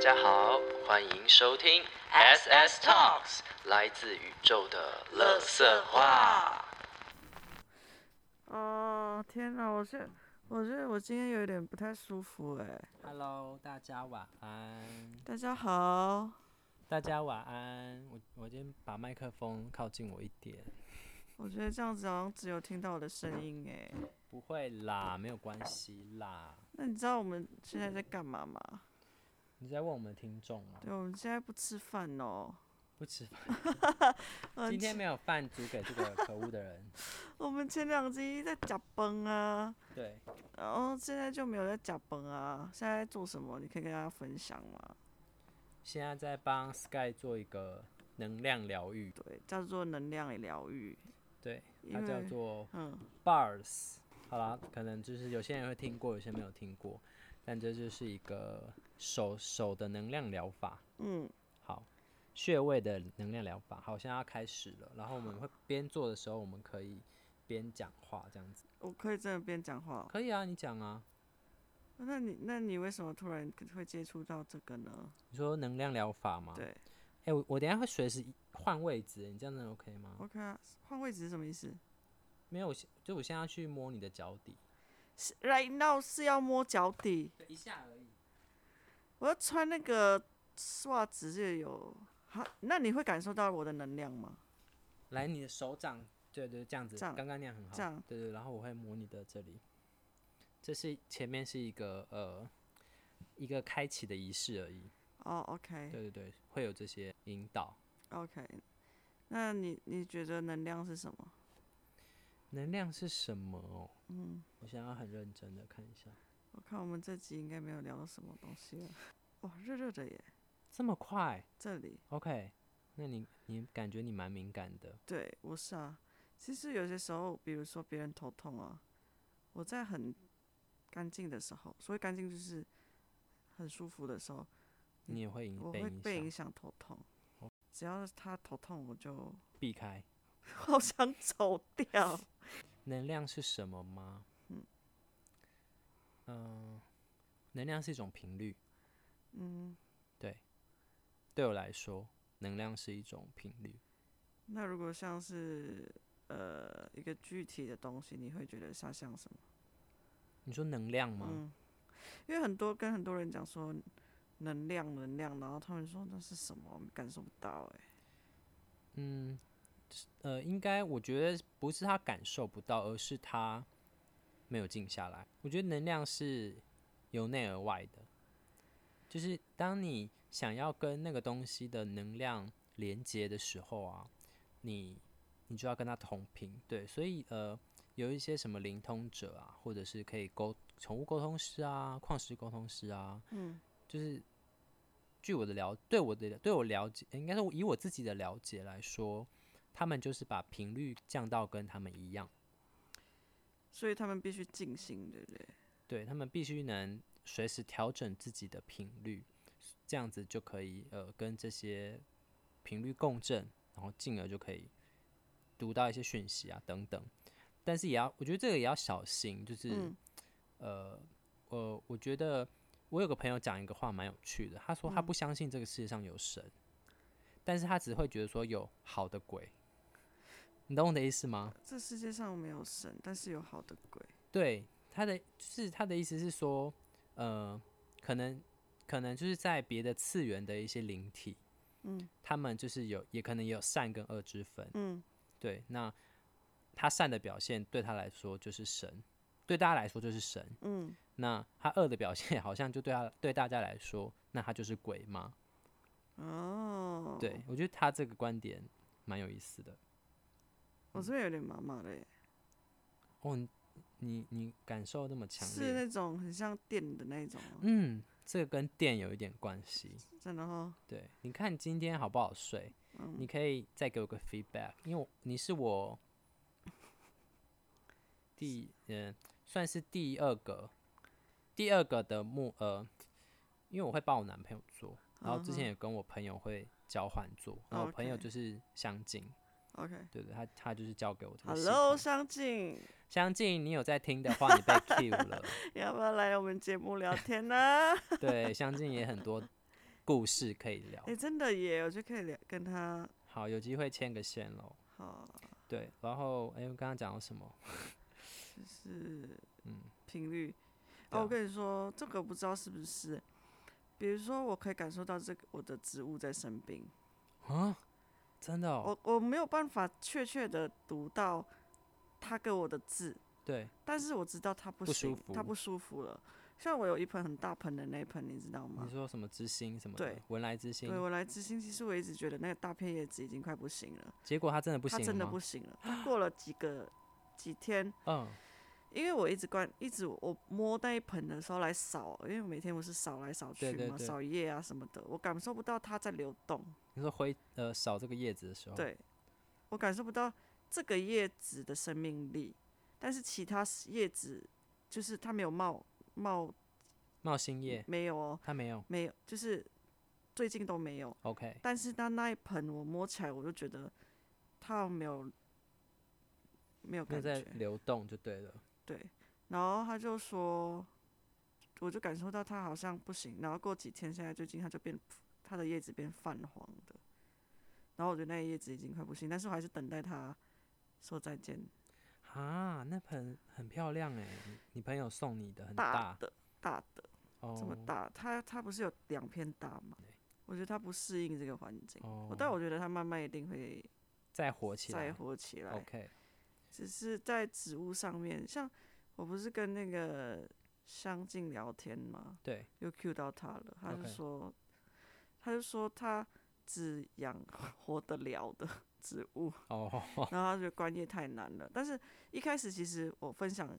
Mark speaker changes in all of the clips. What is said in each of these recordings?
Speaker 1: 家好，欢迎收听 SS Talks，来自宇宙的乐色话。
Speaker 2: 哦，天哪！我是我是我今天有一点不太舒服哎、
Speaker 3: Hello，大家晚安，
Speaker 2: 大家好，
Speaker 3: 大家晚安。我我今天把麦克风靠近我一点，
Speaker 2: 我觉得这样子好像只有听到我的声音哎、
Speaker 3: 不会啦，没有关系啦。
Speaker 2: 那你知道我们现在在干嘛吗？
Speaker 3: 你在问我们听众吗？
Speaker 2: 对，我们现在不吃饭哦。
Speaker 3: 不吃饭，今天没有饭煮给这个可恶 的人。
Speaker 2: 我们前两集在假崩啊，
Speaker 3: 对，
Speaker 2: 然后现在就没有在假崩啊。现在在做什么？你可以跟大家分享吗？
Speaker 3: 现在在帮 Sky 做一个能量疗愈，
Speaker 2: 对，叫做能量与疗愈。
Speaker 3: 对，
Speaker 2: 因
Speaker 3: 它叫
Speaker 2: 为
Speaker 3: 做
Speaker 2: 嗯，
Speaker 3: Bars。好啦，可能就是有些人会听过，有些没有听过，但这就是一个手手的能量疗法。
Speaker 2: 嗯，
Speaker 3: 好，穴位的能量疗法，好，现在要开始了。然后我们会边做的时候，我们可以边讲话，这样子
Speaker 2: 我可以真的边讲话哦。
Speaker 3: 可以啊。你讲啊，
Speaker 2: 那你那你为什么突然会接触到这个呢？
Speaker 3: 你说能量疗法吗？
Speaker 2: 对
Speaker 3: 哎、我我等一下会随时移换位置，你这样子 OK 吗？
Speaker 2: ，OK 啊，换位置是什么意思？
Speaker 3: 没有，我现就我现在要去摸你的脚底，
Speaker 2: 是 right now 是要摸脚底，
Speaker 3: 一下而已。
Speaker 2: 我要穿那个袜子就有。好，那你会感受到我的能量吗？
Speaker 3: 来，你的手掌，对对，这样子，
Speaker 2: 这样
Speaker 3: 刚刚那样很好。
Speaker 2: 这样
Speaker 3: 对对，然后我会摸你的这里，这是前面是一个呃一个开启的仪式而已。
Speaker 2: 哦，OK，OK、
Speaker 3: 对对对，会有这些引导。
Speaker 2: o k OK，那你你觉得能量是什么？
Speaker 3: 能量是什么哦？
Speaker 2: 嗯，
Speaker 3: 我想要很认真的看一下。
Speaker 2: 我看我们这集应该没有聊到什么东西了。哇，热热的耶，
Speaker 3: 这么快
Speaker 2: 这里。
Speaker 3: ？OK，那你你感觉你蛮敏感的。
Speaker 2: 对，我是啊。其实有些时候，比如说别人头痛啊，我在很干净的时候，所谓干净就是很舒服的时候，
Speaker 3: 你也会影
Speaker 2: 我
Speaker 3: 被
Speaker 2: 会
Speaker 3: 影
Speaker 2: 被影
Speaker 3: 响，哦
Speaker 2: 响头痛。只要是他头痛，我就
Speaker 3: 避开。
Speaker 2: 好想走掉。
Speaker 3: 能量是什么吗？嗯、能量是一种频率。
Speaker 2: 嗯，
Speaker 3: 对我来说，能量是一种频率。
Speaker 2: 那如果像是呃一个具体的东西，你会觉得它像什么？
Speaker 3: 你说能量吗？
Speaker 2: 嗯，因为很多跟很多人讲说能量能量，然后他们说那是什么，我们感受不到哎、
Speaker 3: 嗯，呃，应该我觉得不是他感受不到，而是他没有静下来。我觉得能量是由内而外的，就是当你想要跟那个东西的能量连接的时候啊，你你就要跟它同频。对，所以呃，有一些什么灵通者啊，或者是可以沟宠物沟通师啊、矿石沟通师啊，
Speaker 2: 嗯，
Speaker 3: 就是据我的了，对我的对我了解，应该说以我自己的了解来说，他们就是把频率降到跟他们一样，
Speaker 2: 所以他们必须静心，对不对？
Speaker 3: 对他们必须能随时调整自己的频率，这样子就可以呃跟这些频率共振，然后进而就可以读到一些讯息啊等等。但是也要，我觉得这个也要小心，就是、
Speaker 2: 嗯
Speaker 3: 呃呃，我觉得我有个朋友讲一个话蛮有趣的，他说他不相信这个世界上有神，但是他只会觉得说有好的鬼，你懂我的意思吗？
Speaker 2: 这世界上没有神，但是有好的鬼。
Speaker 3: 对，他的就是他的意思是说，呃，可能可能就是在别的次元的一些灵体，
Speaker 2: 嗯
Speaker 3: 他们就是有也可能也有善跟恶之分，
Speaker 2: 嗯，
Speaker 3: 对，那他善的表现对他来说就是神，对大家来说就是神，
Speaker 2: 嗯，
Speaker 3: 那他恶的表现 好像就对他对大家来说，那他就是鬼嘛？
Speaker 2: 哦，
Speaker 3: 对，我觉得他这个观点蛮有意思的。嗯
Speaker 2: 我这边有点麻麻的耶，
Speaker 3: 哦，你你你感受那么强
Speaker 2: 欸是
Speaker 3: 烈，
Speaker 2: 那种很像电的那种哦，
Speaker 3: 嗯，这个跟电有一点关系。
Speaker 2: 真的哦。
Speaker 3: 对，你看今天好不好睡？你可以再给我个 feedback，因为我你是我第嗯、算是第二个第二个的木呃，因为我会帮我男朋友做，然后之前也跟我朋友会交换做，然后我朋友
Speaker 2: OK
Speaker 3: 就是相近，
Speaker 2: OK。
Speaker 3: 对对，他他就是交给我这个系统。
Speaker 2: Hello，相近，
Speaker 3: 相近，你有在听的话，你被 cue 了。
Speaker 2: 要不要来我们节目聊天呢？
Speaker 3: 对，相近也很多故事可以聊
Speaker 2: 哎、。真的耶，我就可以聊跟他
Speaker 3: 好，有机会牵个线喽。
Speaker 2: 好，
Speaker 3: 对，然后哎、我刚刚讲到什么？
Speaker 2: 就是
Speaker 3: 嗯
Speaker 2: 频率。
Speaker 3: 对啊
Speaker 2: 哦，我跟你说，这个不知道是不是，比如说我可以感受到这个我的植物在生病，
Speaker 3: 啊，真的哦，
Speaker 2: 我我没有办法确切的读到他给我的字，
Speaker 3: 对，
Speaker 2: 但是我知道他不
Speaker 3: 不舒
Speaker 2: 行，他
Speaker 3: 服
Speaker 2: 不舒服了。像我有一盆很大盆的那一盆，你知道吗
Speaker 3: 你？说什么之星什么
Speaker 2: 对
Speaker 3: 的，文莱之星
Speaker 2: 对，我来知心，其实我一直觉得那个大片叶子已经快不行了，
Speaker 3: 结果他真的不
Speaker 2: 它
Speaker 3: 行了吗，
Speaker 2: 真的不行了。它过了几个几天，
Speaker 3: 嗯，
Speaker 2: 因为我一直关，一直我摸那一盆的时候来扫，因为我每天我是扫来扫去
Speaker 3: 对对
Speaker 2: 嘛，
Speaker 3: 对
Speaker 2: 扫叶啊什么的，我感受不到它在流动，
Speaker 3: 你说挥呃扫这个叶子的时候，，
Speaker 2: 对我感受不到这个叶子的生命力，但是其他叶子就是它没有冒冒
Speaker 3: 茂新叶
Speaker 2: 没有哦，
Speaker 3: 他没有
Speaker 2: 没有，就是最近都没有。
Speaker 3: ，OK，
Speaker 2: 但是它那一盆我摸起来，我就觉得它好像没有
Speaker 3: 没
Speaker 2: 没有
Speaker 3: 有
Speaker 2: 感
Speaker 3: 在
Speaker 2: 觉，
Speaker 3: 流动就对了，
Speaker 2: 对。然后他就说，我就感受到它好像不行。然后过几天，现在最近它就变，它的叶子变泛黄的。然后我觉得那叶子已经快不行，但是我还是等待它说再见。
Speaker 3: 啊，那盆很漂亮哎，你你朋友送你的很
Speaker 2: 大
Speaker 3: 大
Speaker 2: 的大的
Speaker 3: 哦，
Speaker 2: 这么大，它它不是有两片大吗？我觉得它不适应这个环境，我
Speaker 3: 哦，
Speaker 2: 但我觉得它慢慢一定会
Speaker 3: 再火起
Speaker 2: 再
Speaker 3: 来
Speaker 2: 活起来。
Speaker 3: ，OK，
Speaker 2: 只是在植物上面，像我不是跟那个相近聊天吗？
Speaker 3: 对，
Speaker 2: 又 cue 到他了，他就
Speaker 3: OK
Speaker 2: 说他就说他只养活得了的 植物，
Speaker 3: 哦，
Speaker 2: 然后他觉得观叶太难了。但是一开始其实我分享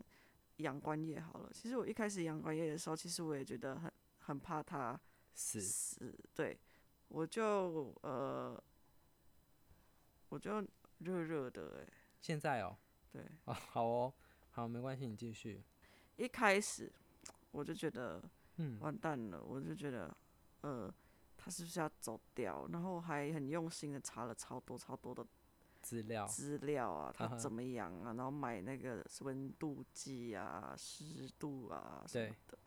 Speaker 2: 养观叶好了，其实我一开始养观叶的时候，其实我也觉得很很怕它
Speaker 3: 死，
Speaker 2: 死，对我就呃我就热热的、欸，
Speaker 3: 现在哦，
Speaker 2: 对。
Speaker 3: 哦，好哦，好，没关系，你继续，
Speaker 2: 一开始我就觉得
Speaker 3: 嗯，
Speaker 2: 完蛋了，我就觉得呃，他是不是要走掉？然后我还很用心的查了超多超多的
Speaker 3: 资料，
Speaker 2: 资料啊，他
Speaker 3: 啊哈
Speaker 2: 怎么样啊？然后买那个温度计啊、湿度啊什么
Speaker 3: 对
Speaker 2: 的。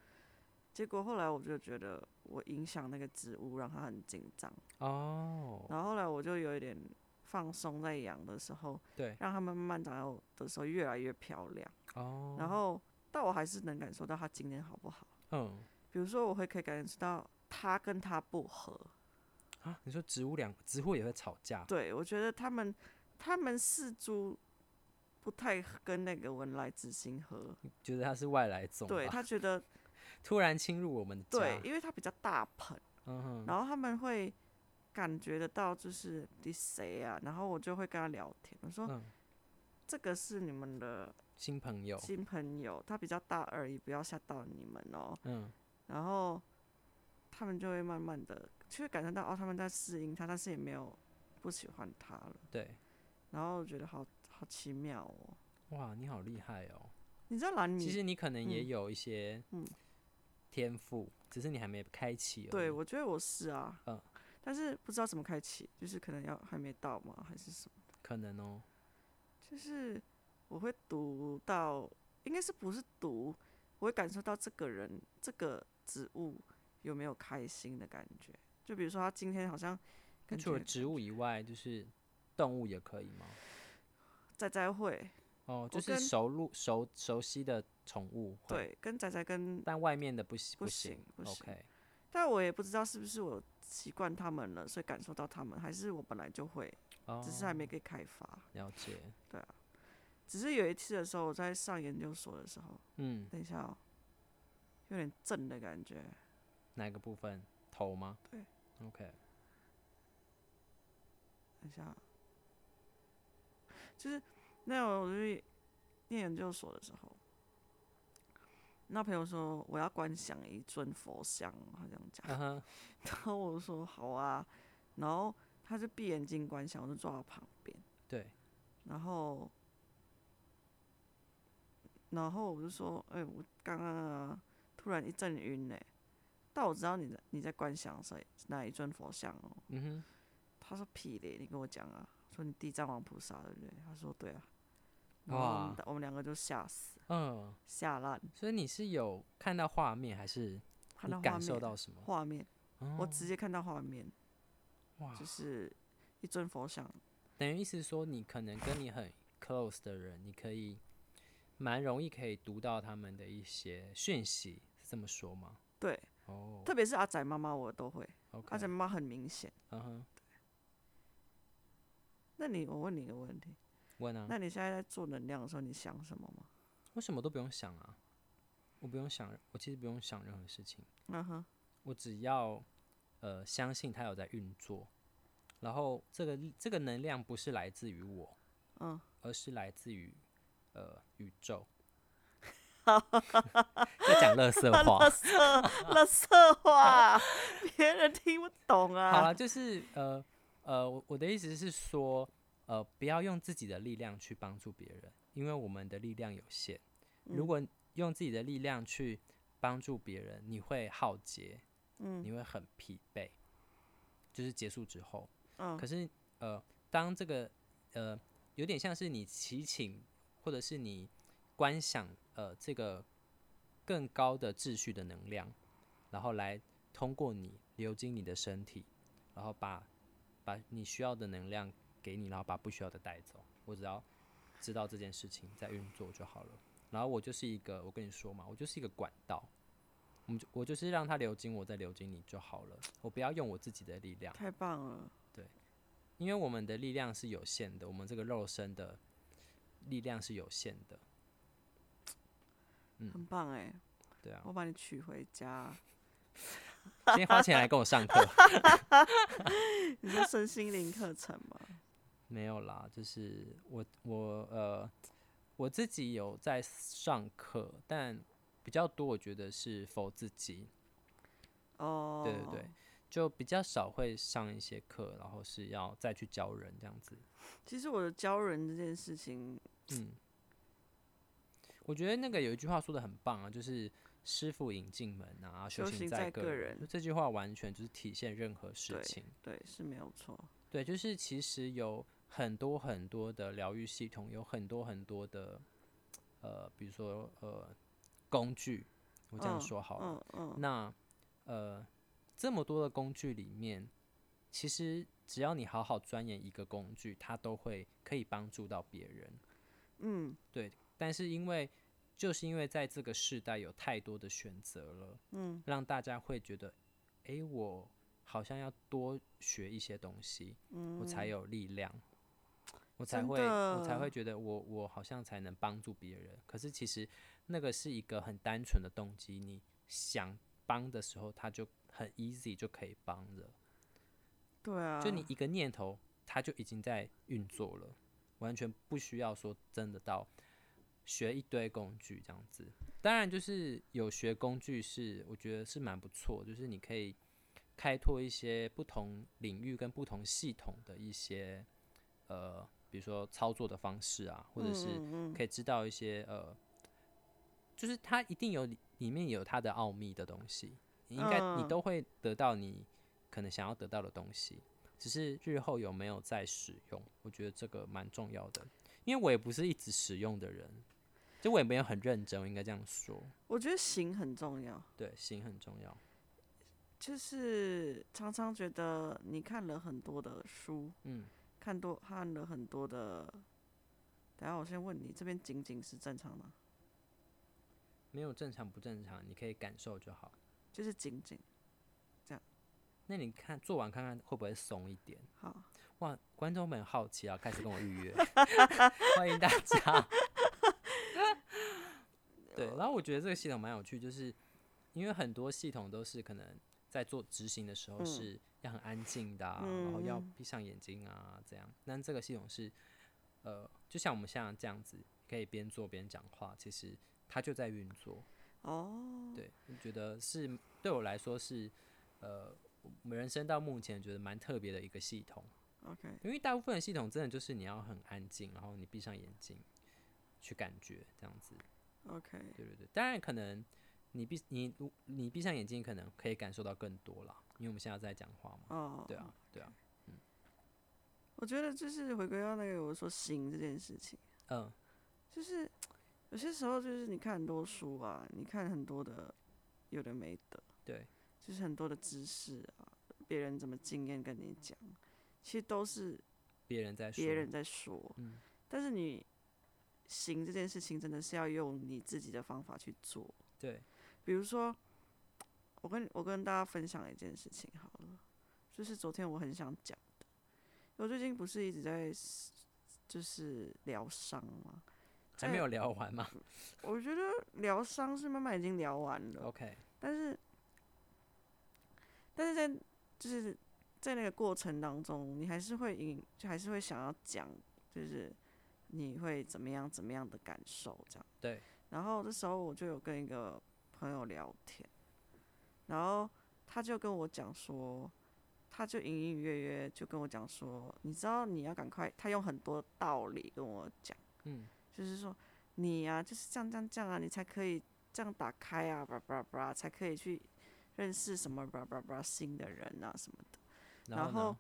Speaker 2: 结果后来我就觉得我影响那个植物，让它很紧张。
Speaker 3: 哦，
Speaker 2: 然后后来我就有一点放松，在养的时候，
Speaker 3: 对，
Speaker 2: 让它们慢慢长大的时候越来越漂亮。
Speaker 3: 哦，
Speaker 2: 然后，但我还是能感受到它今年好不好。
Speaker 3: 嗯，
Speaker 2: 比如说，我会可以感受到他跟他不合。
Speaker 3: 啊，你说植物两植物也会吵架，
Speaker 2: 对我觉得他们他们四株不太跟那个文莱之星合。
Speaker 3: 觉得它是外来种吧，
Speaker 2: 对他觉得
Speaker 3: 突然侵入我们的
Speaker 2: 对
Speaker 3: 家，，
Speaker 2: 因为他比较大盆，
Speaker 3: 嗯哼，
Speaker 2: 然后他们会感觉得到，就是你谁啊？然后我就会跟他聊天，我说、
Speaker 3: 嗯
Speaker 2: 这个是你们的
Speaker 3: 新朋友，
Speaker 2: 新朋友，他比较大而已，不要吓到你们哦。
Speaker 3: 嗯，
Speaker 2: 然后他们就会慢慢的，就会感受到哦，他们在适应他，但是也没有不喜欢他了。
Speaker 3: 对，
Speaker 2: 然后我觉得好好奇妙哦。
Speaker 3: 哇，你好厉害哦！
Speaker 2: 你知道蓝
Speaker 3: 其
Speaker 2: 米？
Speaker 3: 实你可能也
Speaker 2: 嗯
Speaker 3: 有一些
Speaker 2: 嗯
Speaker 3: 天赋，只是你还没开启而已。
Speaker 2: 对，我觉得我是啊，
Speaker 3: 嗯
Speaker 2: 但是不知道怎么开启，就是可能要还没到嘛，还是什么？
Speaker 3: 可能哦，
Speaker 2: 就是我会读到，应该是不是读，我会感受到这个人这个植物有没有开心的感觉。就比如说他今天好像
Speaker 3: 那
Speaker 2: 感
Speaker 3: 除了
Speaker 2: 觉
Speaker 3: 植物以外，就是动物也可以吗？
Speaker 2: 仔仔会，
Speaker 3: 哦，就
Speaker 2: 我
Speaker 3: 是
Speaker 2: 跟
Speaker 3: 熟路熟熟悉的宠物，，
Speaker 2: 对，跟仔仔跟，
Speaker 3: 但外面的不行
Speaker 2: 不
Speaker 3: 行
Speaker 2: 行不行
Speaker 3: o k
Speaker 2: 但我也不知道是不是我习惯他们了，所以感受到他们，还是我本来就会，
Speaker 3: 哦，
Speaker 2: 只是还没给开发。
Speaker 3: 了解，
Speaker 2: 只是有一次的时候，我在上研究所的时候，
Speaker 3: 嗯，
Speaker 2: 等一下哦，有点震的感觉。
Speaker 3: 哪个部分？头吗？
Speaker 2: 对
Speaker 3: ，OK，
Speaker 2: 等一下，就是那种我去念研究所的时候，那朋友说我要观想一尊佛像，他这样讲，
Speaker 3: 嗯哼，
Speaker 2: 然后我说好啊，然后他就闭眼睛观想，我就坐到旁边，
Speaker 3: 对，
Speaker 2: 然后，然后我就说，哎、我刚刚啊，突然一阵晕呢、但我知道你在你在观想谁哪一尊佛像哦、
Speaker 3: 嗯哼，
Speaker 2: 他说屁嘞，你跟我讲啊，说你地藏王菩萨对不对？他说对啊。然后我们
Speaker 3: 哇
Speaker 2: 我们两个就吓死
Speaker 3: 嗯，
Speaker 2: 吓烂，
Speaker 3: 所以你是有看到画面，还是
Speaker 2: 看
Speaker 3: 你
Speaker 2: 到画
Speaker 3: 感受
Speaker 2: 面
Speaker 3: 到什么？哦
Speaker 2: 画面，我直接看到画面，
Speaker 3: 哇哦
Speaker 2: 就，是一尊佛像，
Speaker 3: 等于意思是说，你可能跟你很 close 的人，你可以蛮容易可以读到他们的一些讯息，是这么说吗？
Speaker 2: 对，
Speaker 3: 哦、
Speaker 2: 特别是阿仔妈妈我都会，
Speaker 3: o k
Speaker 2: 阿仔妈妈很明显。
Speaker 3: 嗯哼，
Speaker 2: 那你我问你一个问题，
Speaker 3: 问啊，
Speaker 2: 那你现在在做能量的时候，你想什么吗？
Speaker 3: 我什么都不用想啊，我不用想，我其实不用想任何事情，
Speaker 2: 嗯 哼，
Speaker 3: 我只要呃相信它有在运作，然后这个这个能量不是来自于我，
Speaker 2: 嗯，
Speaker 3: 而是来自于呃宇宙。在讲乐色话，
Speaker 2: 乐色话，别人听不懂
Speaker 3: 好
Speaker 2: 啊。
Speaker 3: 了，就是呃呃，我我的意思是说，呃，不要用自己的力量去帮助别人，因为我们的力量有限。如果用自己的力量去帮助别人，你会耗竭，嗯，你会很疲惫，就是结束之后。
Speaker 2: 嗯
Speaker 3: 可是呃，当这个呃，有点像是你祈请，或者是你观想呃这个更高的秩序的能量，然后来通过你流经你的身体，然后把把你需要的能量给你，然后把不需要的带走。我只要知道这件事情在运作就好了。然后我就是一个，我跟你说嘛，我就是一个管道，我们就我就是让它流经我，再流经你就好了。我不要用我自己的力量。
Speaker 2: 太棒了，
Speaker 3: 因为我们的力量是有限的，我们这个肉身的力量是有限的，嗯
Speaker 2: 很棒哎、
Speaker 3: 对啊。
Speaker 2: 我把你娶回家。
Speaker 3: 今天花钱来跟我上课
Speaker 2: 你说身心灵课程吗？
Speaker 3: 没有啦，就是我我呃我自己有在上课，但比较多我觉得是否自己，
Speaker 2: 哦，
Speaker 3: 对对对，就比较少会上一些课，然后是要再去教人这样子。
Speaker 2: 其实我的教人这件事情，
Speaker 3: 嗯，我觉得那个有一句话说的很棒啊，就是“师傅引进门啊，
Speaker 2: 修
Speaker 3: 行
Speaker 2: 行
Speaker 3: 在
Speaker 2: 在个
Speaker 3: 人”。
Speaker 2: 人
Speaker 3: 就这句话完全就是体现任何事
Speaker 2: 对
Speaker 3: 情。
Speaker 2: 对是没有错，
Speaker 3: 对，就是其实有很多很多的疗愈系统，有很多很多的呃，比如说呃工具，我这样
Speaker 2: 嗯
Speaker 3: 说好了。
Speaker 2: 嗯嗯，
Speaker 3: 那呃，这么多的工具里面，其实只要你好好钻研一个工具，它都会可以帮助到别人。
Speaker 2: 嗯，
Speaker 3: 对，但是因为就是因为在这个时代有太多的选择了，嗯，让大家会觉得，诶，我好像要多学一些东西，嗯，我才有力量，我才
Speaker 2: 真
Speaker 3: 会我才
Speaker 2: 的
Speaker 3: 会觉得我我好像才能帮助别人。可是其实那个是一个很单纯的动机，你想帮的时候，他就很 easy 就可以帮了。
Speaker 2: 对啊，
Speaker 3: 就你一个念头，它就已经在运作了，完全不需要说真的到学一堆工具这样子。当然，就是有学工具是我觉得是蛮不错，就是你可以开拓一些不同领域跟不同系统的一些呃，比如说操作的方式啊，或者
Speaker 2: 嗯
Speaker 3: 是可以知道一些呃，就是它一定有里里面有它的奥秘的东西，你应该你
Speaker 2: 嗯
Speaker 3: 都会得到你可能想要得到的东西。只是日后有没有再使用，我觉得这个蛮重要的，因为我也不是一直使用的人，就我也没有很认真，我应该这样说。
Speaker 2: 我觉得行很重要，
Speaker 3: 对，心很重要。
Speaker 2: 就是常常觉得你看了很多的书，
Speaker 3: 嗯，
Speaker 2: 看多看了很多的，等一下我先问你，这边仅仅是正常吗？
Speaker 3: 没有正常不正常，你可以感受就好。
Speaker 2: 就是仅仅
Speaker 3: 那你看做完看看会不会松一点？
Speaker 2: 好，
Speaker 3: 哇，观众们好奇啊，开始跟我预约， 欢迎大家。对，然后我觉得这个系统蛮有趣，就是因为很多系统都是可能在做执行的时候是要很安静的、啊，然后要闭上眼睛啊，这样。但这个系统是，呃，就像我们现在这样子，可以边做边讲话，其实它就在运作。
Speaker 2: 哦，
Speaker 3: 对，我觉得是对我来说是，呃，我人生到目前觉得蛮特别的一个系统。
Speaker 2: ，OK，
Speaker 3: 因为大部分的系统真的就是你要很安静，然后你闭上眼睛去感觉这样子。
Speaker 2: OK，
Speaker 3: 对对对，当然可能你闭你如你闭上眼睛，可能可以感受到更多啦，因为我们现在在讲话嘛。
Speaker 2: 哦，
Speaker 3: 对啊，对啊，
Speaker 2: 我觉得就是回归到那个我说行这件事情，
Speaker 3: 嗯，
Speaker 2: 就是有些时候就是你看很多书啊，你看很多的有的没的，
Speaker 3: 对，
Speaker 2: 就是很多的知识啊，别人怎么经验跟你讲，其实都是
Speaker 3: 别人在说，
Speaker 2: 别人在说，但是你行这件事情真的是要用你自己的方法去做。
Speaker 3: 对，
Speaker 2: 比如说，我跟我跟大家分享一件事情好了，就是昨天我很想讲的，我最近不是一直在 s- 就是疗伤嘛，
Speaker 3: 还
Speaker 2: 在
Speaker 3: 没有聊完嘛。
Speaker 2: 我觉得疗伤是慢慢已经聊完了，
Speaker 3: OK，
Speaker 2: 但是但是在就是在那个过程当中，你还是会引就还是会想要讲，就是你会怎么样怎么样的感受这样。
Speaker 3: 对，
Speaker 2: 然后这时候我就有跟一个朋友聊天，然后他就跟我讲说，他就隐隐约约就跟我讲说，你知道你要赶快，他用很多道理跟我讲，
Speaker 3: 嗯，
Speaker 2: 就是说你呀、就是这样这样这样啊，你才可以这样打开啊，叭叭叭，才可以去认识什么叭叭叭新的人啊什么的。然
Speaker 3: 后
Speaker 2: 后
Speaker 3: 呢，